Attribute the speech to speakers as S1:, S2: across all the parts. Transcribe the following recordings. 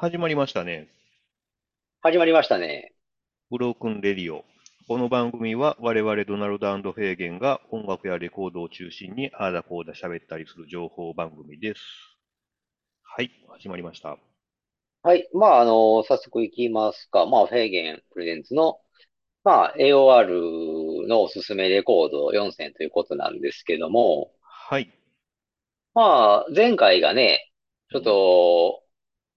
S1: 始まりましたね。
S2: 始まりましたね。
S1: ブロークンレディオ。この番組は我々ドナルドフェーゲンが音楽やレコードを中心にああだこうだ喋ったりする情報番組です。はい、始まりました。
S2: はい。まあ、あの、早速いきますか。まあ、フェーゲンプレゼンツの、まあ、AOR のおすすめレコード4選ということなんですけども、
S1: はい。
S2: まあ、前回がね、ちょっと、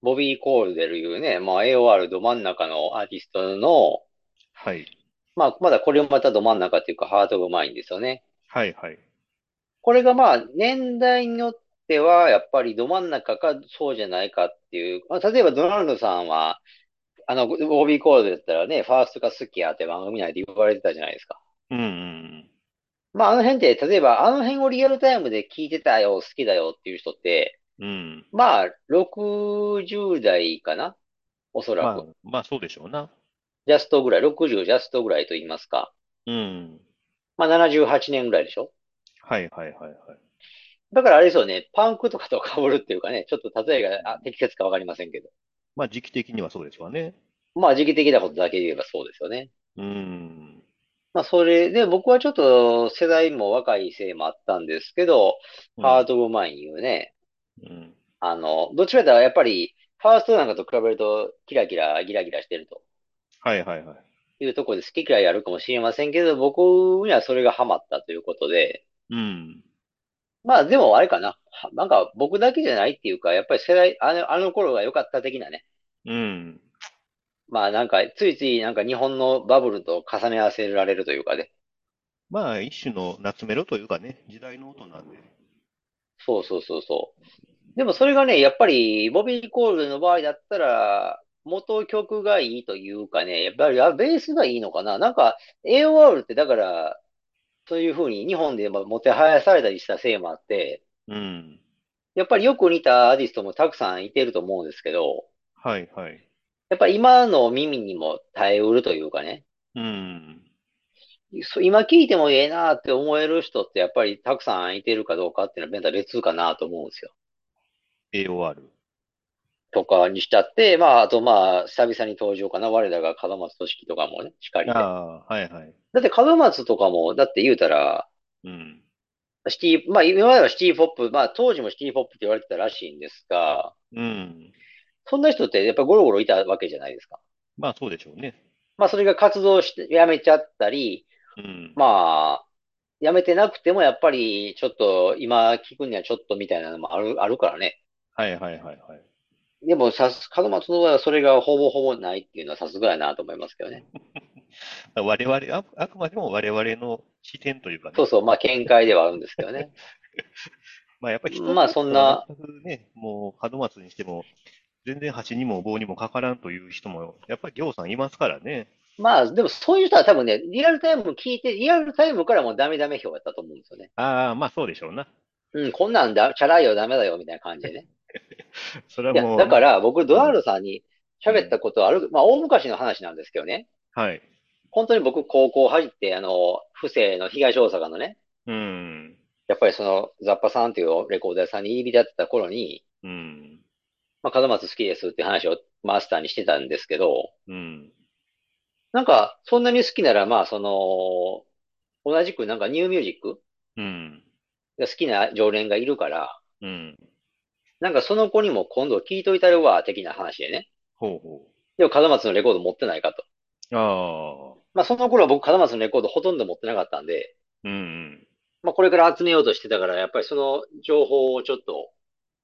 S2: ボビー・コールデルいうね、まあ、AOR ど真ん中のアーティストの、
S1: はい。
S2: まあ、まだこれもまたど真ん中っていうか、ハートがうまいんですよね。
S1: はい、はい。
S2: これがまあ、年代によっては、やっぱりど真ん中かそうじゃないかっていう。まあ、例えばドナルドさんは、あの、ボビー・コールだったらね、ファーストが好きやって番組内で言われてたじゃないですか。
S1: うん、うん。
S2: まあ、あの辺って、例えばあの辺をリアルタイムで聞いてたよ、好きだよっていう人って、
S1: うん。
S2: まあ、60代かなおそ
S1: ま
S2: ら
S1: あ
S2: く。、
S1: まあそうでしょうな。
S2: ジャストぐらい、60ジャストぐらいと言いますか。
S1: うん。
S2: まあ、78年ぐらいでしょ
S1: はい、はい、はい、はい。
S2: だからあれですよね、パンクとかと被るっていうかね、ちょっと例えがあ適切かわかりませんけど。
S1: まあ時期的にはそうですわね。
S2: まあ、時期的なことだけで言えばそうですよね。
S1: うん。
S2: まあ、それで、僕はちょっと世代も若いせいもあったんですけど、ハート・オブ・マインいうね、
S1: うん。
S2: あの、どっちかというとやっぱり、ファーストなんかと比べると、キラキラ、ギラギラしてると
S1: はい、はい、はい。
S2: いうところで好き嫌いあるかもしれませんけど、僕にはそれがハマったということで、
S1: うん。
S2: まあ、でもあれかな。はなんか、僕だけじゃないっていうか、やっぱり世代、あの、あの頃が良かった的なね。
S1: うん。
S2: まあ、なんか、ついついなんか日本のバブルと重ね合わせられるというかね。
S1: まあ一種の夏メロというかね、時代の音なんで。
S2: そうそうそうそう。でもそれがね、やっぱり、ボビー・コールの場合だったら、元曲がいいというかね、やっぱりあベースがいいのかな。なんか、AOR ってだから、そういうふうに日本でまあもてはやされたりしたせいもあって、
S1: うん。
S2: やっぱりよく似たアーティストもたくさんいてると思うんですけど、
S1: はいはい。
S2: やっぱり今の耳にも耐えうるというかね、
S1: うん。
S2: そう今聴いてもええなって思える人ってやっぱりたくさんいてるかどうかっていうのは別かなと思うんですよ。
S1: AOR。
S2: とかにしたって、まあ、あとまあ、久々に登場かな。我らが門松俊樹とかもね、しかりね。だ
S1: ああ、はいはい。
S2: って門松とかも、だって言うたら、
S1: うん。
S2: シティ、まあ、今まではシティポップ、まあ、当時もシティポップって言われてたらしいんですが、
S1: うん。
S2: そんな人ってやっぱゴロゴロいたわけじゃないですか。
S1: まあそうでしょうね。
S2: まあ、それが活動して、やめちゃったり、
S1: うん。
S2: まあ、やめてなくても、やっぱり、ちょっと、今聞くにはちょっとみたいなのもある、あるからね。
S1: はいはいはいはい。
S2: でも、さす、門松の場合はそれがほぼほぼないっていうのはさすがやなと思いますけどね。
S1: 我々、あ、あくまでも我々の視点というかね。
S2: そうそう、まあ、見解ではあるんですけどね。
S1: まあやっぱり人
S2: ま
S1: によ
S2: あ
S1: って
S2: そんな
S1: は全くね、もう門松にしても、全然橋にも棒にもかからんという人も、やっぱり行さんいますからね。
S2: まあ、でもそういう人は多分ね、リアルタイム聞いて、リアルタイムからもうダメダメ票やったと思うんですよね。
S1: ああ、まあそうでしょうな。
S2: うん、こんなんだ、チャラいよ、ダメだよ、みたいな感じでね。
S1: それ
S2: い
S1: は
S2: や、
S1: もう、
S2: だから僕、ドナルドさんに喋ったことある、まあ、大昔の話なんですけどね。
S1: はい。
S2: 本当に僕、高校入って、あの、不正の東大阪のね、
S1: うん。
S2: やっぱりその、ザッパさんっていうレコード屋さんに入り浸ってた頃に、
S1: うん。
S2: まあ、門松好きですって話をマスターにしてたんですけど、
S1: うん。
S2: なんか、そんなに好きなら、まあ、その、同じくなんかニューミュージック
S1: うん。
S2: が好きな常連がいるから、
S1: うん。
S2: なんかその子にも今度聞いといたるわ、的な話でね。
S1: ほうほ
S2: でも門松のレコード持ってないかと。
S1: う。ああ。
S2: まあその頃は僕門松のレコードほとんど持ってなかったんで、
S1: うん
S2: まあこれから集めようとしてたから、やっぱりその情報をちょっと、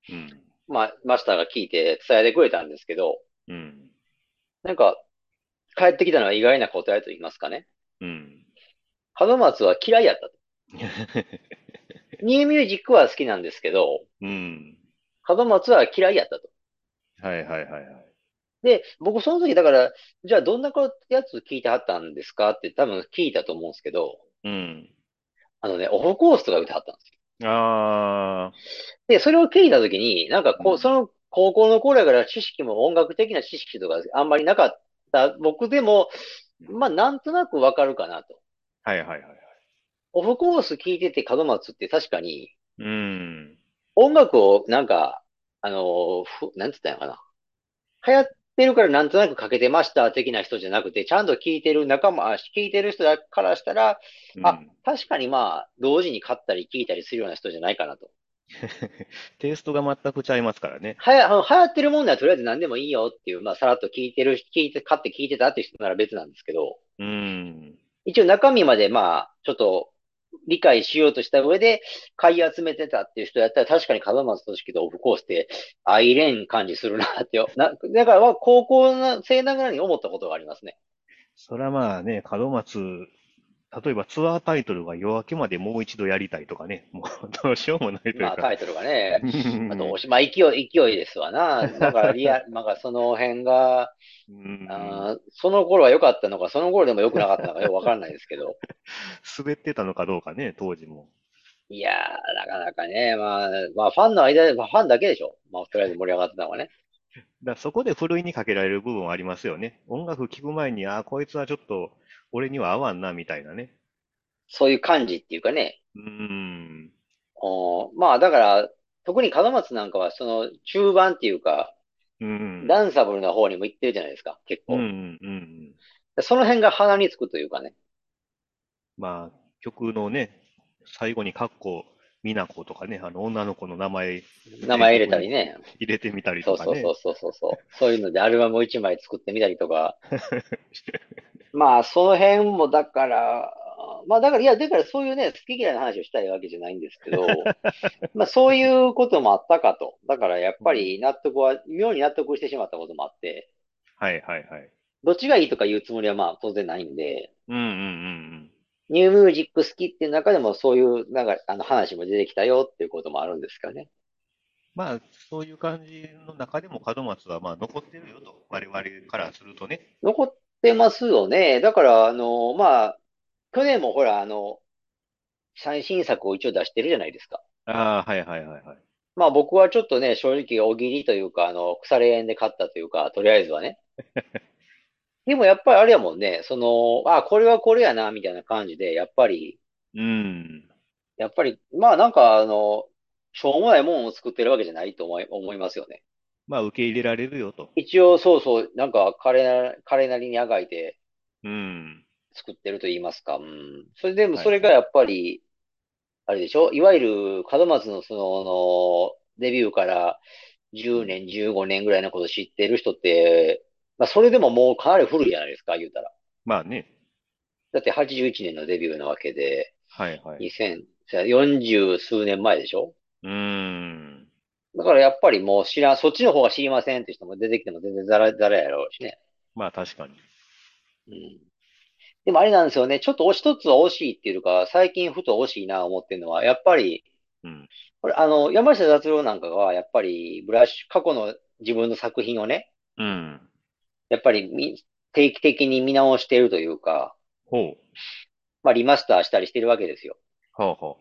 S1: うん。うん。
S2: まあマスターが聞いて伝えてくれたんですけど、
S1: うん。
S2: なんか帰ってきたのは意外な答えと言いますかね。
S1: うん。
S2: 門松は嫌いやったと。ニューミュージックは好きなんですけど、
S1: うん。
S2: 門松は嫌いやったと。
S1: はいはいはいはい。
S2: で、僕その時だから、じゃあどんなやつ聞いてはったんですかって多分聞いたと思うんですけど、
S1: うん。
S2: あのね、オフコースとか歌はったんですよ
S1: ああ。
S2: で、それを聞いたときに、なんか
S1: う
S2: こ
S1: ん
S2: う、その高校の頃やから知識も音楽的な知識とかあんまりなかった僕でも、まあなんとなくわかるかなと。
S1: はいはいはいはい。
S2: オフコース聞いてて門松って確かに
S1: うん。
S2: 音楽をなんか、あの、ふ、なんて言ったんやかな。流行ってるからなんとなくかけてました的な人じゃなくて、ちゃんと聞いてる仲間、あ聞いてる人だからしたら、
S1: うん
S2: あ確かにまあ、同時に買ったり聞いたりするような人じゃないかなと。
S1: テイストが全くちゃいますからね。
S2: はや、あの流行ってるもんならとりあえず何でもいいよっていう、まあ、さらっと聞いてる、聞いて、買って聞いてたっていう人なら別なんですけど、
S1: うん。
S2: 一応中身までまあ、ちょっと理解しようとした上で買い集めてたっていう人やったら確かに門松俊樹とオフコースって、あ、入れん感じするなってよ。な、だからは高校の生ながらに思ったことがありますね。
S1: それはまあね、門松、例えばツアータイトルが夜明けまでもう一度やりたいとかね、もうどうしようもないという
S2: まあ
S1: か。
S2: タイトルがね。
S1: うん
S2: あと、おしまあ勢い、勢いですわな。だから リア、まあその辺が、
S1: うん
S2: あーその頃は良かったのか、その頃でも良くなかったのかよくわからないですけど。
S1: 滑ってたのかどうかね、当時も。
S2: いやー、なかなかね、まあ、まあファンの間で、まあファンだけでしょ。まあとりあえず盛り上がってたのはね。
S1: だからそこでふるいにかけられる部分はありますよね。音楽聴く前に、ああ、こいつはちょっと俺には合わんな、みたいなね。
S2: そういう感じっていうかね。
S1: うん。
S2: おーまあだから、特に門松なんかはその中盤っていうか、
S1: うん。
S2: ダンサブルな方にも行ってるじゃないですか、結
S1: うんう
S2: 構。
S1: んうん。
S2: その辺が鼻につくというかね。
S1: まあ、曲のね、最後にカッコ、美奈子とかね、あの女の子の名前
S2: 名前入れたりね。
S1: 入れてみたりと
S2: そう
S1: か
S2: そう
S1: ね
S2: そう。そうそうそう。そういうのでアルバムを一枚作ってみたりと か。まあその辺もだから、まあだから、いや、だからそういうね、好き嫌いの話をしたいわけじゃないんです けど、まあそういうこともあったかと。だからやっぱり納得は、妙に納得してしまったこともあって、
S1: はいはいはい。
S2: どっちがいいとか言うつもりはまあ当然ないんで、
S1: うんうんうん
S2: ニューミュージック好きっていう中でもそういう、なんか、あの話も出てきたよっていうこともあるんですかね。
S1: まあ、そういう感じの中でも門松はまあ残ってるよと、我々からするとね。
S2: 残ってますよね。だから、あの、まあ、去年もほら、あの、最新作を一応出してるじゃないですか。
S1: ああ、はいはいはいはい。
S2: まあ僕はちょっとね、正直おぎりというか、あの、腐れ縁で勝ったというか、とりあえずはね。でもやっぱりあれやもんね、その、あ、これはこれやな、みたいな感じで、やっぱり、
S1: うん。
S2: やっぱり、まあなんか、あの、しょうもないもんを作ってるわけじゃないと思い、思いますよね。
S1: まあ、受け入れられるよと。
S2: 一応、そうそう、なんか彼な、彼なりにあがいて
S1: うん。
S2: 作ってると言いますか。うん。それでも、
S1: はい
S2: それがやっぱり、あれでしょいわゆる、門松のその、あのデビューから10年、15年ぐらいのこと知ってる人って、まあ、それでももうかなり古いじゃないですか、言うたら。
S1: まあね。
S2: だって81年のデビューなわけで、
S1: はいはい。
S2: 2000、40数年前でしょ
S1: うん。
S2: だからやっぱりもう知らん、そっちの方が知りませんって人も出てきても全然ザラザラやろうしね。
S1: まあ、確かに。
S2: うんでもあれなんですよね。ちょっとお一つは惜しいっていうか、最近ふと惜しいな思ってるのは、やっぱり、
S1: うん。
S2: これあの、山下達郎なんかは、やっぱり、ブラッシュ、過去の自分の作品をね、
S1: うん。
S2: やっぱりみ定期的に見直しているというか、
S1: ほう。
S2: まあ、リマスターしたりしてるわけですよ。
S1: ほうほ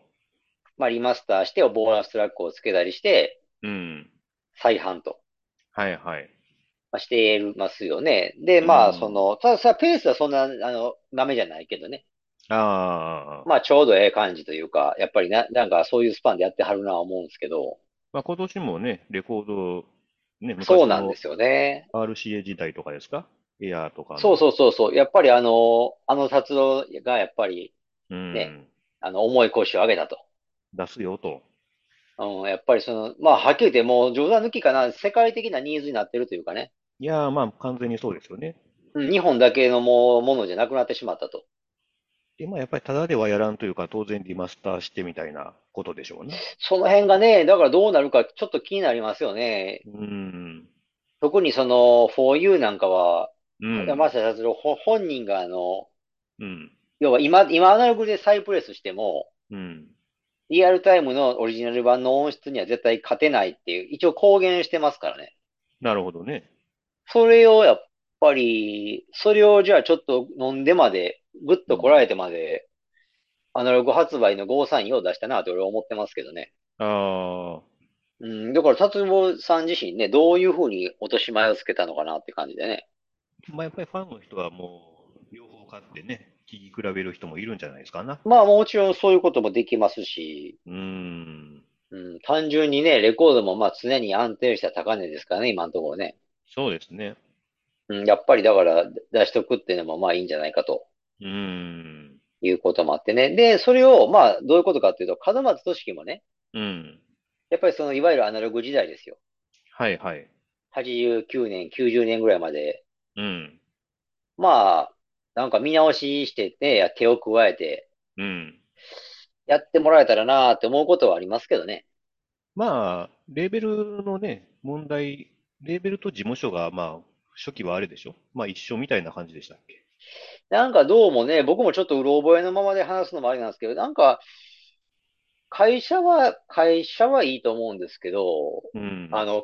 S2: まあ、リマスターして、ボーナストラックをつけたりして、
S1: う。うん。
S2: 再販と、
S1: はいはい。
S2: まあ、していますよね。で、ま
S1: う
S2: あ、
S1: ん
S2: その、たださ、ペースはそんな、あの、ダメじゃないけどね。
S1: ああ。
S2: まあ、ちょうどええ感じというか、やっぱりな、なんかそういうスパンでやってはるな思うんですけど、
S1: まあ、今年もね、レコード、ね、昔
S2: そうなん
S1: の
S2: ですよね。
S1: RCA 時代とかですかエアーとかの。
S2: そうそうそうそう。やっぱりあの、あの達郎がやっぱり、
S1: うん。
S2: ねあの、重い腰を上げたと。
S1: 出すよと。
S2: うん、やっぱりその、まあ、はっきり言ってもう冗談抜きかな、世界的なニーズになってるというかね。
S1: いやー、まあ、完全にそうですよね。
S2: うん、日本だけのもうものじゃなくなってしまったと。
S1: で、まあ、やっぱりただではやらんというか、当然リマスターしてみたいなことでしょうね。
S2: その辺がね、だからどうなるかちょっと気になりますよね。
S1: うん。
S2: 特にその、4U なんかは、
S1: うん。
S2: 山下達郎ほ本人があの、
S1: うん。
S2: 要は今、今アナログで再プレスしても、
S1: うん。
S2: リアルタイムのオリジナル版の音質には絶対勝てないっていう、一応公言してますからね。
S1: なるほどね。
S2: それをやっぱり、それをじゃあちょっと飲んでまで、ぐっとこらえてまで、アナログ発売の534を出したなと俺は思ってますけどね。
S1: ああ。
S2: うん、だから達郎さん自身ね、どういうふうに落とし前をつけたのかなって感じでね。
S1: まあ、やっぱりファンの人はもう、両方買ってね、聴き比べる人もいるんじゃないですかな。
S2: まあもちろんそういうこともできますし、
S1: うん。
S2: うん、単純にね、レコードもまあ常に安定した高値ですからね、今のところね。
S1: そうですね。
S2: うん、やっぱりだから出しとくっていうのもまあいいんじゃないかと
S1: うーん。
S2: いうこともあってね。で、それをまあどういうことかっていうと、門松俊樹もね、
S1: うん。
S2: やっぱりそのいわゆるアナログ時代ですよ。
S1: はいはい。
S2: 89年、90年ぐらいまで、
S1: うん。
S2: まあ、なんか見直ししてね、手を加えて
S1: うん。
S2: やってもらえたらなって思うことはありますけどね。
S1: まあ、レーベルのね、問題、レーベルと事務所が、まあ、初期はあれでしょまあ、一緒みたいな感じでしたっけ
S2: なんかどうもね、僕もちょっとうろ覚えのままで話すのもあれなんですけど、なんか、会社は、会社はいいと思うんですけど、
S1: うん。
S2: あの、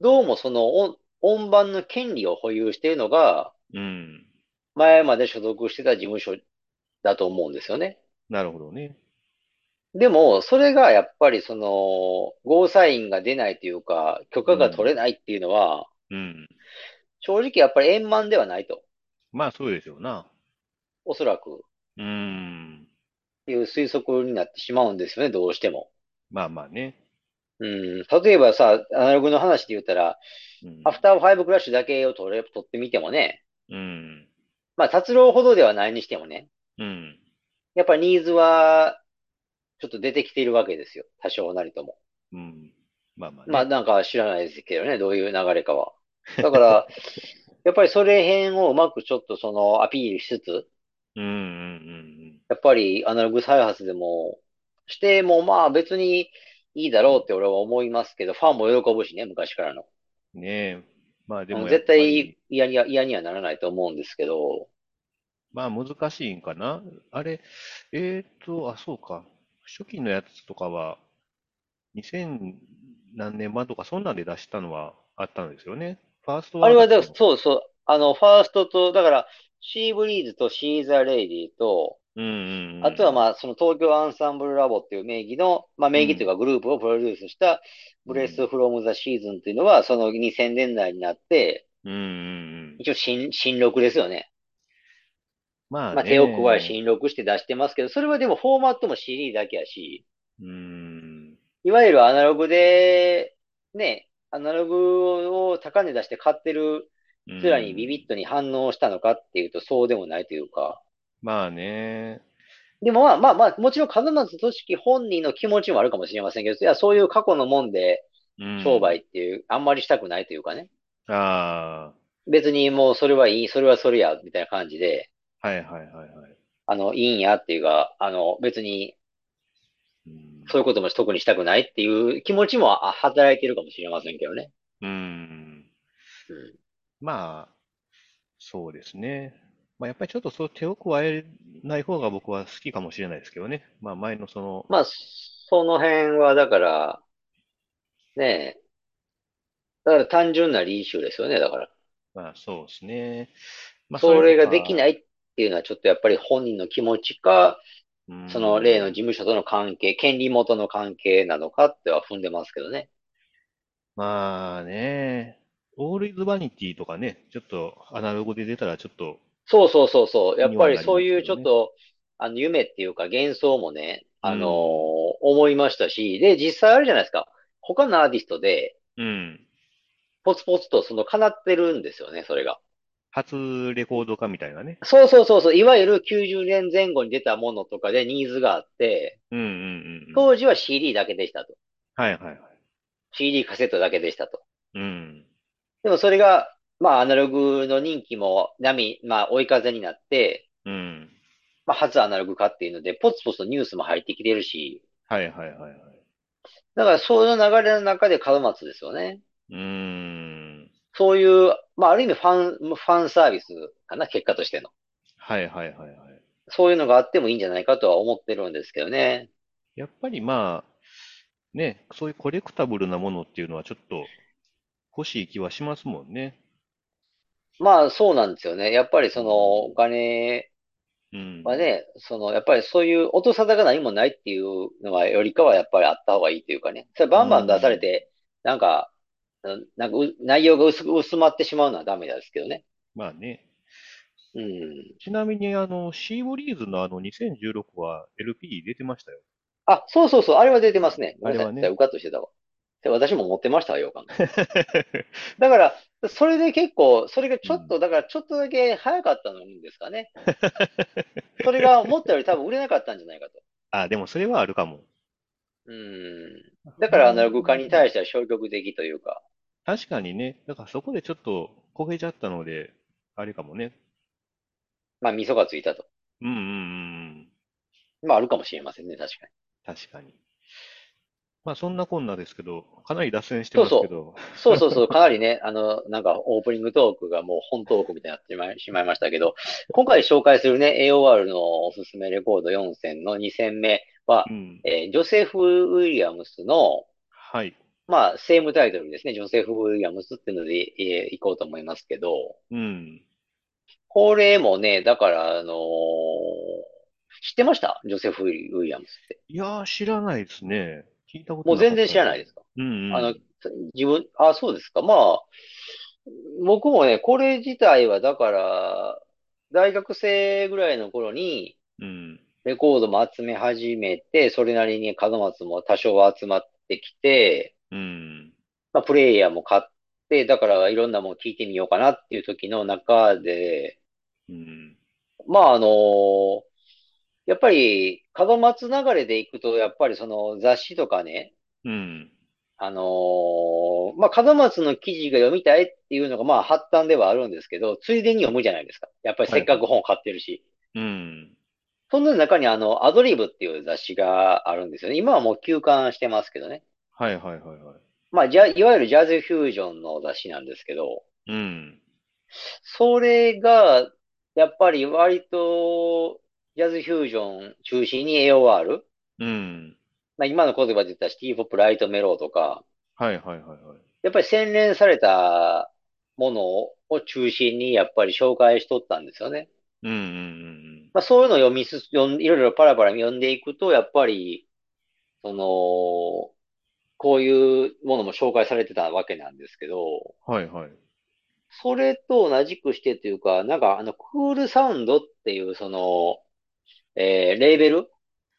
S2: どうもその音、音盤の権利を保有しているのが、
S1: うん。
S2: 前まで所属してた事務所だと思うんですよね。
S1: なるほどね。
S2: でも、それがやっぱりその、ゴーサインが出ないというか、許可が取れないっていうのは、
S1: うん。
S2: 正直やっぱり円満ではないと、
S1: まあ、そうですよな。
S2: おそらく、っ
S1: うん。
S2: ていう推測になってしまうんですよね、どうしても。
S1: まあまあね。
S2: うん、例えばさ、アナログの話で言ったら、
S1: うん。
S2: アフターファイブクラッシュだけを取れ、取ってみてもね、
S1: うん。
S2: まあ、達郎ほどではないにしてもね、
S1: うん。
S2: やっぱりニーズは、ちょっと出てきているわけですよ。多少なりとも。
S1: うん。まあまあね。
S2: まあなんか知らないですけどね、どういう流れかは。だ から、やっぱりそれ辺をうまくちょっとそのアピールしつつ、
S1: うんうん
S2: やっぱりアナログ再発でもしてもまあ別にいいだろうって俺は思いますけど、ファンも喜ぶしね、昔からの。
S1: うん。ねえ。まあでもやっ
S2: 絶
S1: ぱ
S2: 対
S1: り、
S2: 嫌には、嫌にはならないと思うんですけど、
S1: まあ難しいんかな。あれ、えーと、あ、そうか。初期のやつとかは、2000何年版とか、そんなんで出したのはあったんですよね。ファースト
S2: あれは
S1: だ
S2: だ
S1: っ
S2: か
S1: た
S2: ら
S1: の
S2: そうそう、あの、ファーストと、だから、シーブリーズとシーザーレイディと、
S1: うんうんうん。
S2: あとはまあ、その東京アンサンブルラボっていう名義の、まあ名義というかグループをプロデュースした、ブレスフロムザシーズンっていうのは、その2000年代になって、
S1: うんうんうん。
S2: 一応新、新録ですよね。
S1: まあ
S2: まあ手を加え
S1: ね
S2: 新録して出してますけど、それはでもフォーマットも CD だけやし、
S1: うん。
S2: いわゆるアナログで、ね、アナログを高値出して買ってる
S1: うん
S2: 奴らにビビットに反応したのかっていうと、そうでもないというか。
S1: まあね。
S2: でもまあまあまあ、もちろん風松俊樹本人の気持ちもあるかもしれませんけど、いや、そういう過去のもんで、
S1: うん
S2: 商売っていう、あんまりしたくないというかね。
S1: あ
S2: 別にもうそれはいい、それはそれや、みたいな感じで、
S1: あ、はいはいはいはい。
S2: あの、いいんやっていうか、あの、別に
S1: うん
S2: そういうことも特にしたくないっていう気持ちもあ働いてるかもしれませんけどね。
S1: うん。
S2: うん
S1: まあ、そうですね。まあ、やっぱりちょっとそう手を加えない方が僕は好きかもしれないですけどね。まあ、前のその、
S2: まあ、その辺はだから、ねえ。だから単純なリーシュですよね、だから。
S1: まあ、そうですね。まあ、、
S2: それができないいっていうのはちょっとやっぱり本人の気持ちか、その例の事
S1: うん
S2: 務所との関係、権利元の関係なのかっては踏んでますけどね。
S1: まあね、オールイズバニティとかね、ちょっとアナログで出たらちょっと、
S2: そうそうそうそう。やっぱ
S1: にはなり
S2: り
S1: ますけどね
S2: そういうちょっと、あの、夢っていうか幻想もね、あのー思いましたし、で、実際あるじゃないですか。他のアーティストで、
S1: うん、
S2: ポツポツとその叶ってるんですよね、それが。
S1: 初レコード化みたいなね。
S2: そうそうそうそう。いわゆる90年前後に出たものとかでニーズがあって、
S1: うんうんうんうん。
S2: 当時は CD だけでしたと。
S1: はいはいはい。
S2: CD カセットだけでしたと。
S1: うん、
S2: でもそれが、まあ、アナログの人気も波、まあ、追い風になって、
S1: うん。
S2: まあ、初アナログ化っていうので、ポツポツとニュースも入ってきてるし、
S1: はいはいはいはい。
S2: だからそういう流れの中で門松ですよね。
S1: うーん。
S2: そういう、まあ、ある意味ファン、ファンサービスかな、結果としての。
S1: はいはいはいはい。
S2: そういうのがあってもいいんじゃないかとは思ってるんですけどね。
S1: やっぱりまあ、ね、そういうコレクタブルなものっていうのはちょっと欲しい気はしますもんね。
S2: まあ、そうなんですよね。やっぱりその、お金
S1: うん。
S2: はね、その、やっぱりそういう音沙汰が何もないっていうのはよりかはやっぱりあった方がいいというかね。それバンバン出されて、なんか、うんなんかう内容が薄く、薄まってしまうのはダメですけどね。
S1: まあね。
S2: うん。
S1: ちなみにあの、シーボリーズのあの2016は LP 出てましたよ。
S2: あ、そうそうそう、あれは出てますね。ごめんなさい
S1: あれはね
S2: うかっとしてたわ。で私も持ってましたわ、ようかん。だから、それで結構、それがちょっと、だからちょっとだけ早かったのにですか ね。それが思ったより多分売れなかったんじゃないかと。
S1: あ、でもそれはあるかも。
S2: うん。だからアナログ化に対しては消極的というか。
S1: 確かにね、だからそこでちょっと焦げちゃったので、あれかもね。
S2: まあ、味噌がついたと。
S1: うんうんうんうん。
S2: まあ、あるかもしれませんね、確かに。
S1: 確かに。まあそんなこんなですけど、かなり脱線してますけど、
S2: そうそう そう、かなりね、あの、なんかオープニングトークがもう本トークみたいになってしまいしまいましたけど、今回紹介するね、AOR のおすすめレコード4選の2選目は、
S1: うん。
S2: えージョセフ・ウィリアムスの、
S1: はい。
S2: まあ、セームタイトルですね、ジョセフ・ウィリアムスっていうので、えー行こうと思いますけど、
S1: うん。
S2: これもね、だから、あのー知ってましたジョセフ・ウィリアムスって。
S1: いやー、知らないですね。聞いたこと
S2: もう
S1: なか
S2: 全然
S1: った
S2: 知らないですか
S1: うんうん。
S2: あの、自分、あ、そうですか。まあ、僕もね、これ自体は、だから、大学生ぐらいの頃に、
S1: うん。
S2: レコードも集め始めて、それなりに門松も多少は集まってきて、
S1: うん。
S2: まあ、プレイヤーも買って、だから、いろんなもの聞いてみようかなっていう時の中で、
S1: うん。
S2: まあ、あの、やっぱり、門松流れで行くと、やっぱりその雑誌とかね、
S1: うん。
S2: あのーまあ、門松の記事が読みたいっていうのが、まあ、発端ではあるんですけど、ついでに読むじゃないですか。やっぱりせっかく本を買ってるし。
S1: うん。
S2: そんな中に、あの、アドリブっていう雑誌があるんですよね。今はもう休刊してますけどね。
S1: はいはいはいはい。
S2: まあ、じゃ、いわゆるジャズフュージョンの雑誌なんですけど、
S1: うん。
S2: それが、やっぱり割と、ジャズフュージョン中心に AOR、
S1: うん。
S2: まあ、今の言葉で言ったらシティポップ、ライトメローとか、
S1: はいはいはいはい。
S2: やっぱり洗練されたものを中心にやっぱり紹介しとったんですよね。
S1: うんうんうん
S2: まあ、そういうのを読みす、読んいろいろパラパラ読んでいくと、やっぱり、その、こういうものも紹介されてたわけなんですけど、
S1: うん。はいはい。
S2: それと同じくしてというか、なんかあの、クールサウンドっていう、その、えーレーベル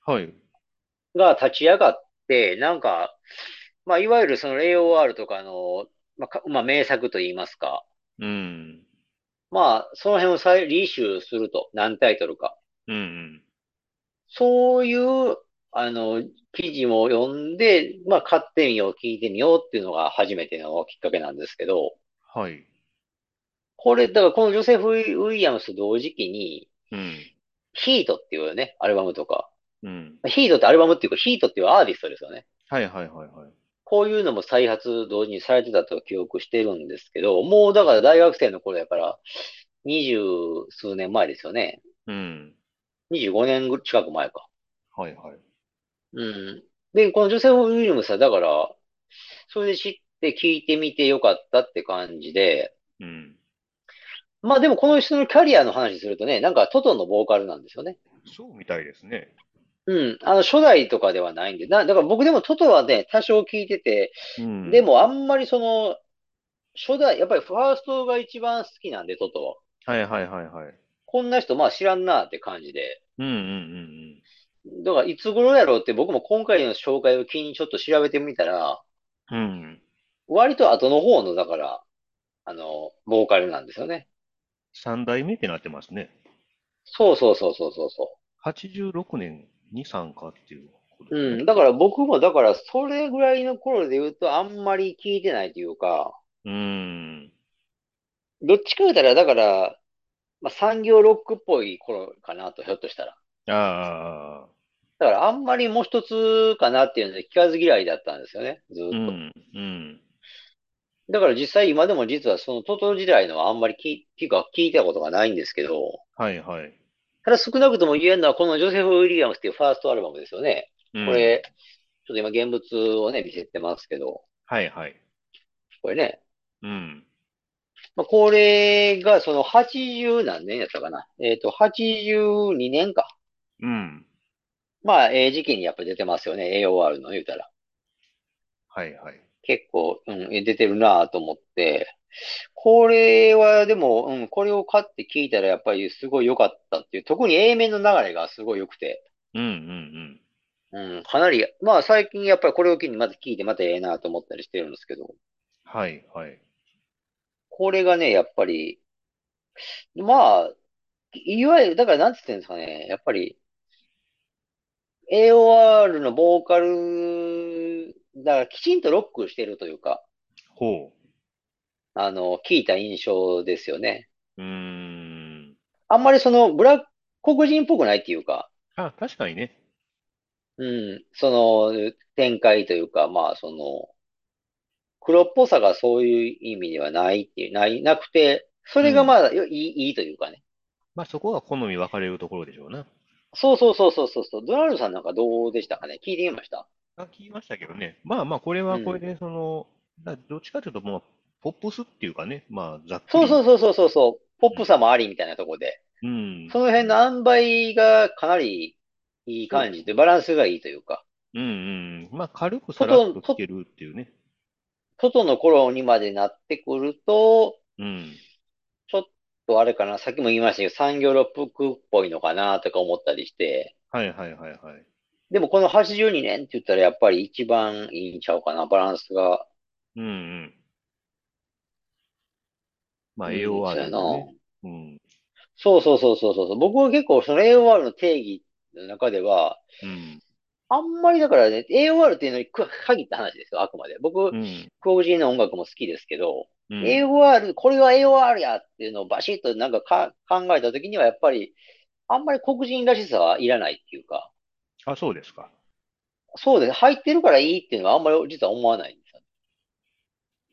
S1: はい。
S2: が立ち上がって、なんか、まあ、いわゆるその AOR とかの、まあか、まあ、名作といいますか、
S1: うん。
S2: まあ、その辺を再履修すると、何タイトルか。
S1: うんうん。
S2: そういう、あの、記事も読んで、まあ、買ってみよう、聞いてみようっていうのが初めてのきっかけなんですけど、
S1: はい。
S2: これ、だからこのジョセフ・ウィリアムスと同時期に、
S1: うん。
S2: ヒートっていうね、アルバムとか、
S1: うん。
S2: ヒートってアルバムっていうか、ヒートっていうアーティストですよね。
S1: はいはいはいはい。
S2: こういうのも再発同時にされてたと記憶してるんですけど、もうだから大学生の頃やから、二十数年前ですよね。
S1: うん。
S2: 25年ぐ近く前か。
S1: はいはい。
S2: うん。で、このジョセフ・ウィリアムスは、だから、それで知って聞いてみてよかったって感じで、
S1: うん。
S2: まあでもこの人のキャリアの話するとね、なんかトトのボーカルなんですよね。
S1: そうみたいですね。
S2: うん。あの、初代とかではないんで、な、だから僕でもトトはね、多少聞いてて、
S1: うん。
S2: でもあんまりその、初代、やっぱりファーストが一番好きなんで、トトは。
S1: はいはいはいはい。
S2: こんな人、まあ知らんなって感じで。
S1: うんうんうん
S2: だからいつ頃やろうって僕も今回の紹介を機にちょっと調べてみたら、
S1: うん。うん。
S2: 割と後の方の、だから、あの、ボーカルなんですよね。
S1: 三代目ってなってますね。
S2: そうそうそうそうそうそ
S1: 86年に参加っていうこと
S2: う。
S1: ですね
S2: うん。だから僕も、だから、それぐらいの頃で言うと、あんまり聞いてないというか、
S1: うん。
S2: どっちか言うたら、だから、まあ、産業ロックっぽい頃かなと、ひょっとしたら。
S1: ああ。
S2: だから、あんまりもう一つかなっていうので、聞かず嫌いだったんですよね、ずー
S1: う
S2: っと。
S1: ん。うん。
S2: だから実際、今でも実は、その、トトロ時代のはあんまり聞い、聞くか聞いたことがないんですけど、
S1: はいはい。
S2: ただ少なくとも言えるのは、このジョセフ・ウィリアムスっていうファーストアルバムですよね。
S1: うん
S2: こ。れ、ちょっと今現物をね、見せてますけど、
S1: はいはい。
S2: これね、
S1: うん。
S2: まあ、これがその80何年やったかな。えっと、82年か。
S1: うん。
S2: まあ、ええ時期にやっぱり出てますよね。AOR の言うたら。
S1: はいはい。
S2: 結構、うん、え出てるなぁと思って。これはでも、うん、これを買って聞いたらやっぱりすごい良かったっていう、特に A 面の流れがすごい良くて、
S1: うんうん
S2: うん、かなり、まあ最近やっぱりこれを機にまた聞いてまたええなぁと思ったりしてるんですけど。
S1: うん。はいはい。
S2: これがね、やっぱり、まあ、いわゆる、だからなんつってんですかね、やっぱり、AOR のボーカル、だからきちんとロックしてるというか、
S1: ほ
S2: あの、聞いた印象ですよね。
S1: う。うーん。
S2: あんまりその、ブラック、黒人っぽくないっていうか、
S1: あ、確かにね。
S2: うん、その、展開というか、まあ、その、黒っぽさがそういう意味ではないっていう、ない、なくて、それがまあ、よいい、いいというかね。
S1: まあそこが好み分かれるところでしょうな。
S2: そうそうそうそうそうそう。ドナルドさんなんかどうでしたかね聞いてみました
S1: あ、聞きましたけどね。まあまあ、これはこれで、その、だどっちかというと、もう、ポップスっていうかね、まあ、ざっく
S2: そう
S1: り。
S2: そうそうそうそうそう。ポップさもありみたいなとこで。
S1: うん。
S2: その辺の塩梅がかなりいい感じで、バランスがいいというか、
S1: うんうん。まあ、軽くさらっと聞けるっていうね。
S2: 外の頃にまでなってくると、
S1: うん。
S2: あれかな、さっきも言いましたけど、産業ロックっぽいのかなとか思ったりして、
S1: はいはいはいはい。
S2: でもこの82年って言ったらやっぱり一番いいんちゃうかな、バランスが。
S1: うんうん。まあ、
S2: うん
S1: AOR
S2: そう
S1: だ
S2: やな
S1: ね。うん。
S2: そうそうそうそうそう。僕は結構その AOR の定義の中では、
S1: うん。
S2: あんまりだからね、AOR っていうのに限った話ですよ、あくまで。僕
S1: う、ん。
S2: 黒人の音楽も好きですけど、
S1: うん。
S2: AOR、これは AOR やっていうのをバシッとなんかか考えたときには、やっぱり、あんまり黒人らしさはいらないっていうか、
S1: あ、そうですか。
S2: そうです。入ってるからいいっていうのはあんまり実は思わないんですよ。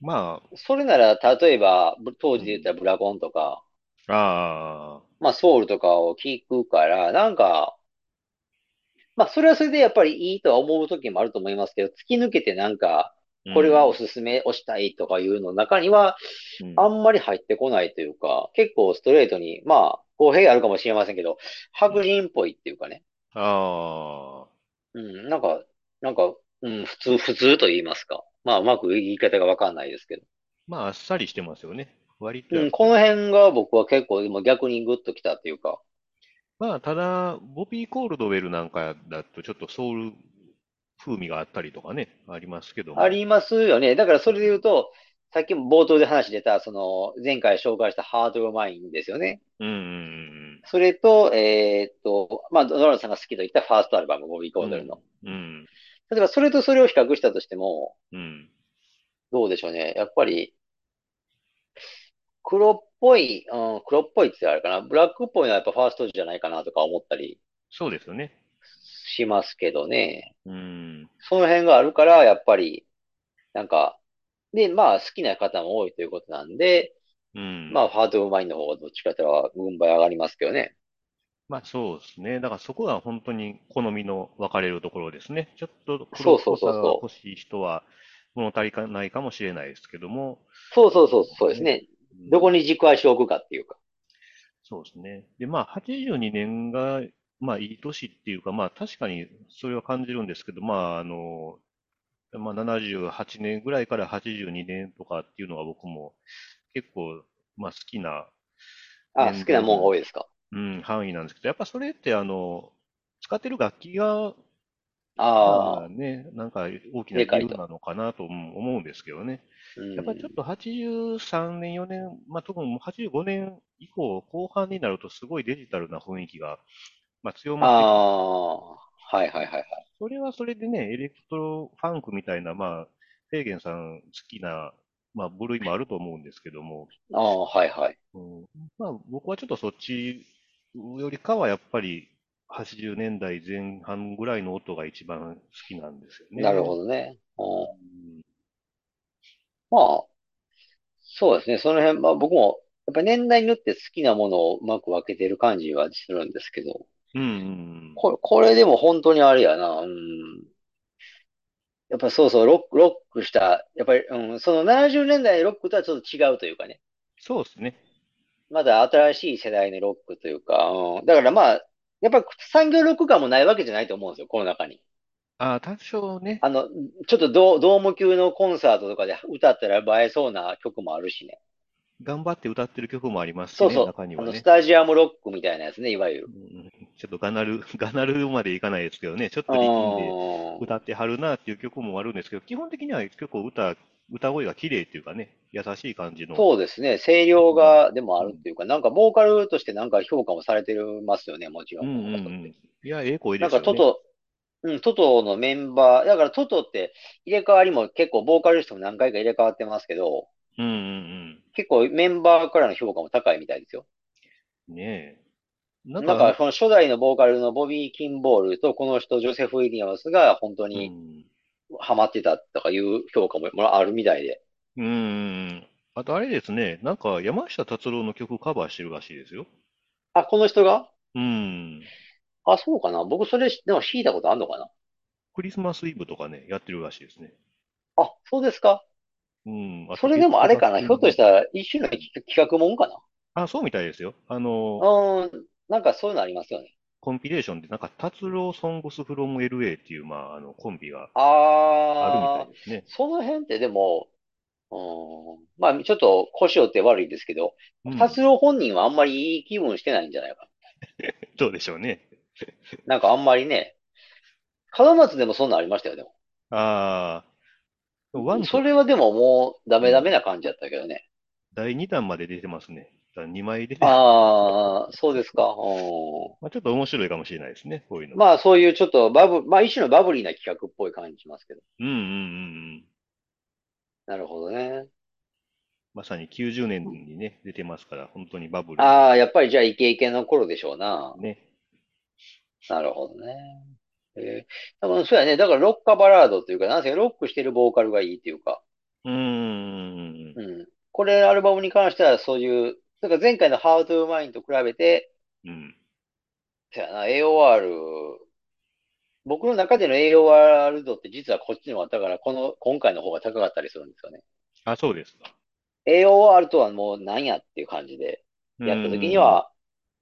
S1: ま
S2: それなら、例えば、ぶ当時で言ったらブラコンとか、
S1: あ、ああ、
S2: まあソウルとかを聞くから、なんか、まあそれはそれでやっぱりいいとは思う時もあると思いますけど、突き抜けてなんか、
S1: うん
S2: これはおすすめをしたいとかいうの中には、
S1: うん
S2: あんまり入ってこないというか、結構ストレートに、まあ、語弊あるかもしれませんけど、白人っぽいっていうかね。
S1: ああ、
S2: うん、なんか、なんか、うん、普通、普通と言いますか。まあ、うまく言い方がわかんないですけど。
S1: まあ、あっさりしてますよね。割と
S2: う
S1: やっ
S2: ん、この辺が僕は結構、でも逆にグッときたっていうか。
S1: まあ、ただ、ボビー・コールドウェルなんかだと、ちょっとソウル風味があったりとかね、ありますけども。
S2: ありますよね。だからそれで言うと、さっきも冒頭で話出た、その、前回紹介したハードルマインですよね。
S1: うんうん
S2: それと、えーっと、まあ、ドナルドさんが好きと言ったファーストアルバム、ボビー・コードルの。
S1: うんうん。
S2: 例えば、それとそれを比較したとしても、
S1: うんうん。
S2: どうでしょうね。やっぱり、黒っぽい、うん、黒っぽいってあれかな。ブラックっぽいのはやっぱファーストじゃないかなとか思ったり
S1: そうですよね。
S2: しますけどね。
S1: うん。
S2: その辺があるから、やっぱり、なんか、で、まあ好きな方も多いということなんで、
S1: うん。
S2: まあハートオブマインの方がどっちかとは軍配上がりますけどね。
S1: まあ、そうですね。だからそこが本当に好みの分かれるところですね。ちょっと
S2: そ
S1: 黒
S2: う
S1: っ
S2: そ
S1: ぽ
S2: うそう
S1: さ
S2: そう
S1: が欲しい人は物足りかないかもしれないですけども。
S2: そうそうそう、そうですね。
S1: うん
S2: どこに軸足を置くかっていうか。
S1: そうですね。で、まあ、82年が、まあ、いい年っていうか、まあ、確かにそれは感じるんですけど、まあ、あの、まあ、78年ぐらいから82年とかっていうのが僕も結構、まあ、好きな、
S2: あ、
S1: うん
S2: 好きなもんが多いですか。
S1: うん、範囲なんですけど、やっぱそれって、あの、使ってる楽器が、ま
S2: あ
S1: あ
S2: あ、
S1: ね、なんか大きな
S2: でかい
S1: 理由
S2: と
S1: なのかなとうん思うんですけどね。
S2: うん
S1: やっぱりちょっと83年、4年、まあ、特にもう85年以降、後半になるとすごいデジタルな雰囲気が、まあ、強
S2: あ
S1: まってきて、
S2: あ、はいはいはい。
S1: それはそれでね、エレクトロファンクみたいな、まあ、フェーゲンさん好きな、まあ、部類もあると思うんですけども、
S2: ああ、はいはい。
S1: うん、まあ、僕はちょっとそっちよりかは、やっぱり80年代前半ぐらいの音が一番好きなんですよね。
S2: なるほどね。うん
S1: うん
S2: まあ、そうですね。その辺、まあ僕も、やっぱ年代によって好きなものをうまく分けてる感じはするんですけど、
S1: うんうん
S2: これ、これでも本当にあれやな、うん。やっぱそうそう、ロック、ロックした、やっぱり、うん、その70年代のロックとはちょっと違うというかね。
S1: そうですね。
S2: まだ新しい世代のロックというか、うん。だからまあ、やっぱ産業ロック感もないわけじゃないと思うんですよ、この中に。
S1: ああ、多少ね。
S2: あの、ちょっとドー、ドーム級のコンサートとかで歌ったら映えそうな曲もあるしね。
S1: 頑張って歌ってる曲もありますし
S2: そう
S1: ね、
S2: そう
S1: 中に
S2: あ
S1: は
S2: の、
S1: ね
S2: ス。タジアムロックみたいなやつね、いわゆる。
S1: うんちょっとがな る、がなるまでいかないですけどね、ちょっと力んで
S2: あ
S1: 歌ってはるなっていう曲もあるんですけど、基本的には結構歌歌声が綺麗っていうかね、優しい感じの。
S2: そうですね。声量が、でもあるっていうか、なんか、ボーカルとしてなんか評価もされてますよね、もちろ。
S1: うんんうんうん。いや、ええ声
S2: な
S1: で
S2: ん
S1: すよ
S2: か、
S1: ね。
S2: トト、うん、トトのメンバー、だからトトって入れ替わりも結構、ボーカルの人も何回か入れ替わってますけど、
S1: うんうん
S2: 結構メンバーからの評価も高いみたいですよ。
S1: うん。ねえ。な
S2: なんん
S1: か、
S2: か、その初代のボーカルのボビー・キンボールと、この人、ジョセフ・ウィリアムスが本当
S1: う
S2: に
S1: ん、
S2: ハマってたとかいう評価ももらあるみたいで。
S1: うんうんうん。あとあれですね、なんか山下達郎の曲カバーしてるらしいですよ。
S2: あ、この人が
S1: うん。
S2: あ、そうかな。僕、それ、でも弾いたことあんのかな。
S1: クリスマスイブとかね、やってるらしいですね。
S2: あ、そうですか。
S1: うん。
S2: それでもあれかな。ひょっとしたたら、一種の企企画もんかな。
S1: ら。あ、そうみたいですよ。あの、
S2: うーん。なんかそういうのありますよね。
S1: コンピレーションで、なんか、達郎ソングスフロム LA っていう、まあ、あの、コンビがあるみた
S2: あ
S1: いですね。
S2: ー、その辺ってでも、うーん。まあ、ちょっと、腰折って悪いですけど、
S1: うん
S2: 達郎本人はあんまりいい気分してないんじゃないか
S1: どうでしょうね。
S2: な。なんかあんまりね、門松でもそんなんありましたよ、でも。
S1: ああ、ワン
S2: そ
S1: と
S2: れはでももうダメダメな感じだったけどね。
S1: 第2弾まで出てますね。2枚出て、ま
S2: ああ、そうですか。う
S1: あ、ちょっと面白いかもしれないですね、こういうの。
S2: んまあそういうちょっとバブ、まあ一種のバブリーな企画っぽい感じしますけど。
S1: うんうんうんうん。
S2: なるほどね。
S1: まさに90年にね、出てますから、本当にバブル
S2: ああ、やっぱりじゃあイケイケの頃でしょうな。
S1: ね。
S2: なるほどね。えー、多分そうやね。だからロッカバラードというか、なんせロックしてるボーカルがいいっていうか。
S1: うーん。
S2: うん。これアルバムに関してはそういう、だから前回の How to Mine と比べて、
S1: うん。
S2: そうやな、AOR、僕の中での AOR 度って実はこっちの方が、だからこの、今回の方が高かったりするんですよね。
S1: あ、そうですか。
S2: AOR とはもうなんやっていう感じで、やった時には、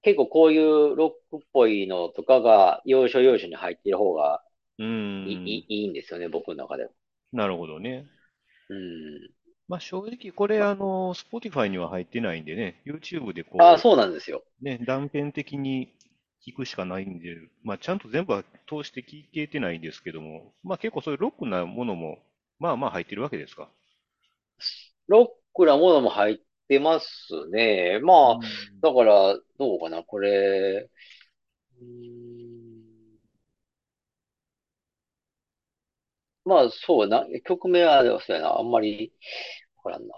S2: 結構こういうロックっぽいのとかが、要所要所に入ってる方が
S1: うーん、
S2: いい、いいいんですよね、僕の中では。
S1: なるほどね。
S2: うん。
S1: まあ正直、これ、あの、Spotify には入ってないんでね、YouTube でこ
S2: ああ、
S1: う、
S2: そうなんですよ。
S1: ね、断片的に聞くしかないんで、まあちゃんと全部は通して聞けてないんですけども、まあ結構そういうロックなものも、まあまあ入ってるわけですか。
S2: ロックなものも入ってますね。まあ、
S1: うん
S2: だから、どうかな、これ、うーんまあ、そうな、曲名は、そうやな、あんまり、わからんな。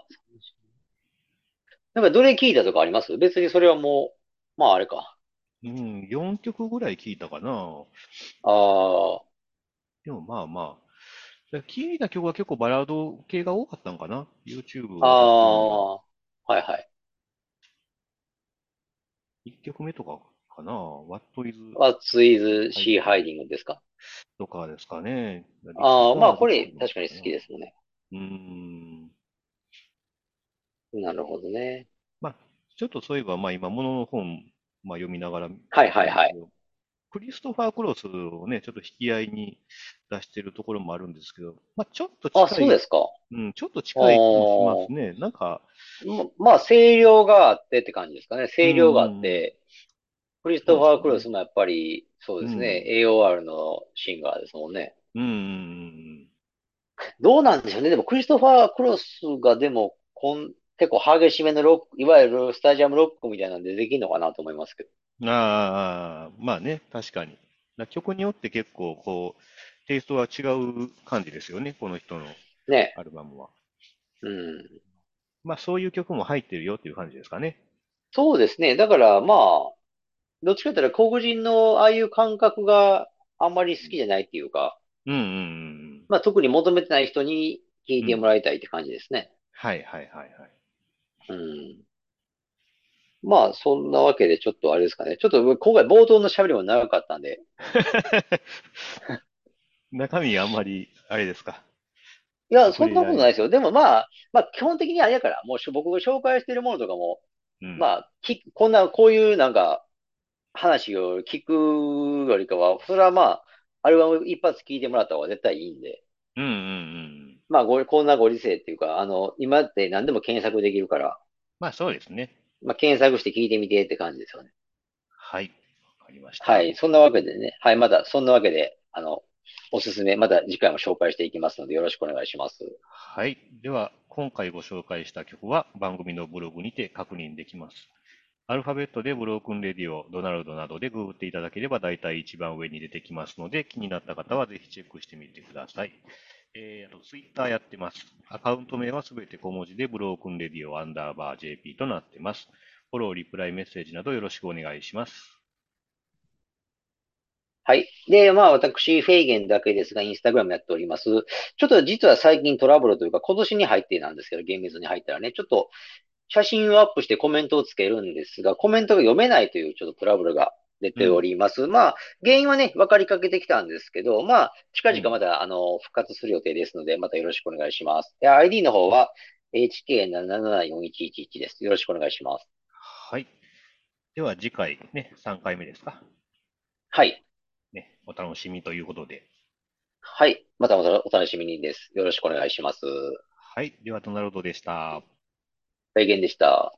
S2: なんか、どれ聞いたとかあります別にそれはもう、まあ、あれか。
S1: うん、4曲ぐらい聞いたかな。
S2: ああ、
S1: でもまあまあ、だから聞いた曲は結構バラード系が多かったんかな、YouTube
S2: あ
S1: を。
S2: あ、はいはい。
S1: 1曲目とかかな、What is
S2: は、ツイズ・シー・ハイディングですか。
S1: とかですかね。。
S2: ああ、まあ、これ、確かに好きですすもんね。
S1: うん。
S2: なるほどね。
S1: まあ、ちょっとそういえば、まあ今、ものの本、まあ読みながら、
S2: はいはいはい。
S1: クリストファー・クロスをね、ちょっと引き合いに出してるところもあるんですけど、まあちょっと近
S2: あ、そう
S1: い、
S2: ですか。
S1: うん、ちょっと近い気もしますね。なんか、
S2: ま、まあ、声量があってって感じですかね。声量があって、クリストファー・クロスもやっぱり、そうですね、AOR のシンガーですもんね。
S1: うんうんうん
S2: どうなんでしょうね。でも、クリストファー・クロスがでも、こん、結構激しめのロック、いわゆるスタジアムロックみたいなんでできるのかなと思いますけど。
S1: うん。ああ、まあね、確かに。だ曲によって結構、こう、テイストは違う感じですよね、この人の
S2: ね。
S1: アルバムは。
S2: うん。
S1: まあそういう曲も入ってるよっていう感じですかね。
S2: そうですね。だから、まあ、どっちかというと黒人のああいう感覚があんまり好きじゃないっていうか、
S1: うんうんうんうん。
S2: まあ、特に求めてない人に聞いてもらいたいって感じですね。
S1: はいはいはいはい。
S2: うんまあ、そんなわけで、ちょっとあれですかね。ちょっと今回冒頭の喋りも長かったんで、
S1: 中身あんまり、あれですか。
S2: いや、そんなことないですよ。でもまあ、まあ、基本的にあれやから、もうし僕が紹介してるものとかも、
S1: うん。
S2: まあ、き、こんな、こういうなんか、話を聞くよりかは、それはまあ、アルバム一発聞いてもらった方が絶対いいんで、
S1: うんうんうん。
S2: まあ、ご、こんなご時世っていうか、あの、今って何でも検索できるから、
S1: まあそうですね。
S2: まあ、検索して聞いてみてって感じですよね。
S1: はい。わかりました。
S2: はい、そんなわけでね、はい、まだ、そんなわけで、あの、おすすめ、また次回も紹介していきますので、よろしくお願いします。
S1: はい。では、今回ご紹介した曲は番組のブログにて確認できます。アルファベットでブロークンレディオ、ドナルドなどでググっていただければ大体一番上に出てきますので、気になった方はぜひチェックしてみてください。えー、あと、ツイッターやってます。アカウント名はすべて小文字でブロークンレディオアンダーバー JP となってます。フォロー、リプライ、メッセージなどよろしくお願いします。
S2: はい。で、まあ私、フェイゲンだけですが、インスタグラムやっております。ちょっと実は最近トラブルというか、今年に入ってなんですけど、厳密に入ったらね、ちょっと写真をアップしてコメントをつけるんですが、コメントが読めないというちょっとトラブルが出ております。まあ、原因はね、分かりかけてきたんですけど、まあ、近々まだ、あの、復活する予定ですので、またよろしくお願いします。で、ID の方は、HK774111 です。よろしくお願いします。
S1: はい。では、次回、ね、3回目ですか。
S2: はい。
S1: ね、お楽しみということで。
S2: はい。またまたお楽しみにです。よろしくお願いします。
S1: はい。では、ドナルドでした。
S2: 大変でした。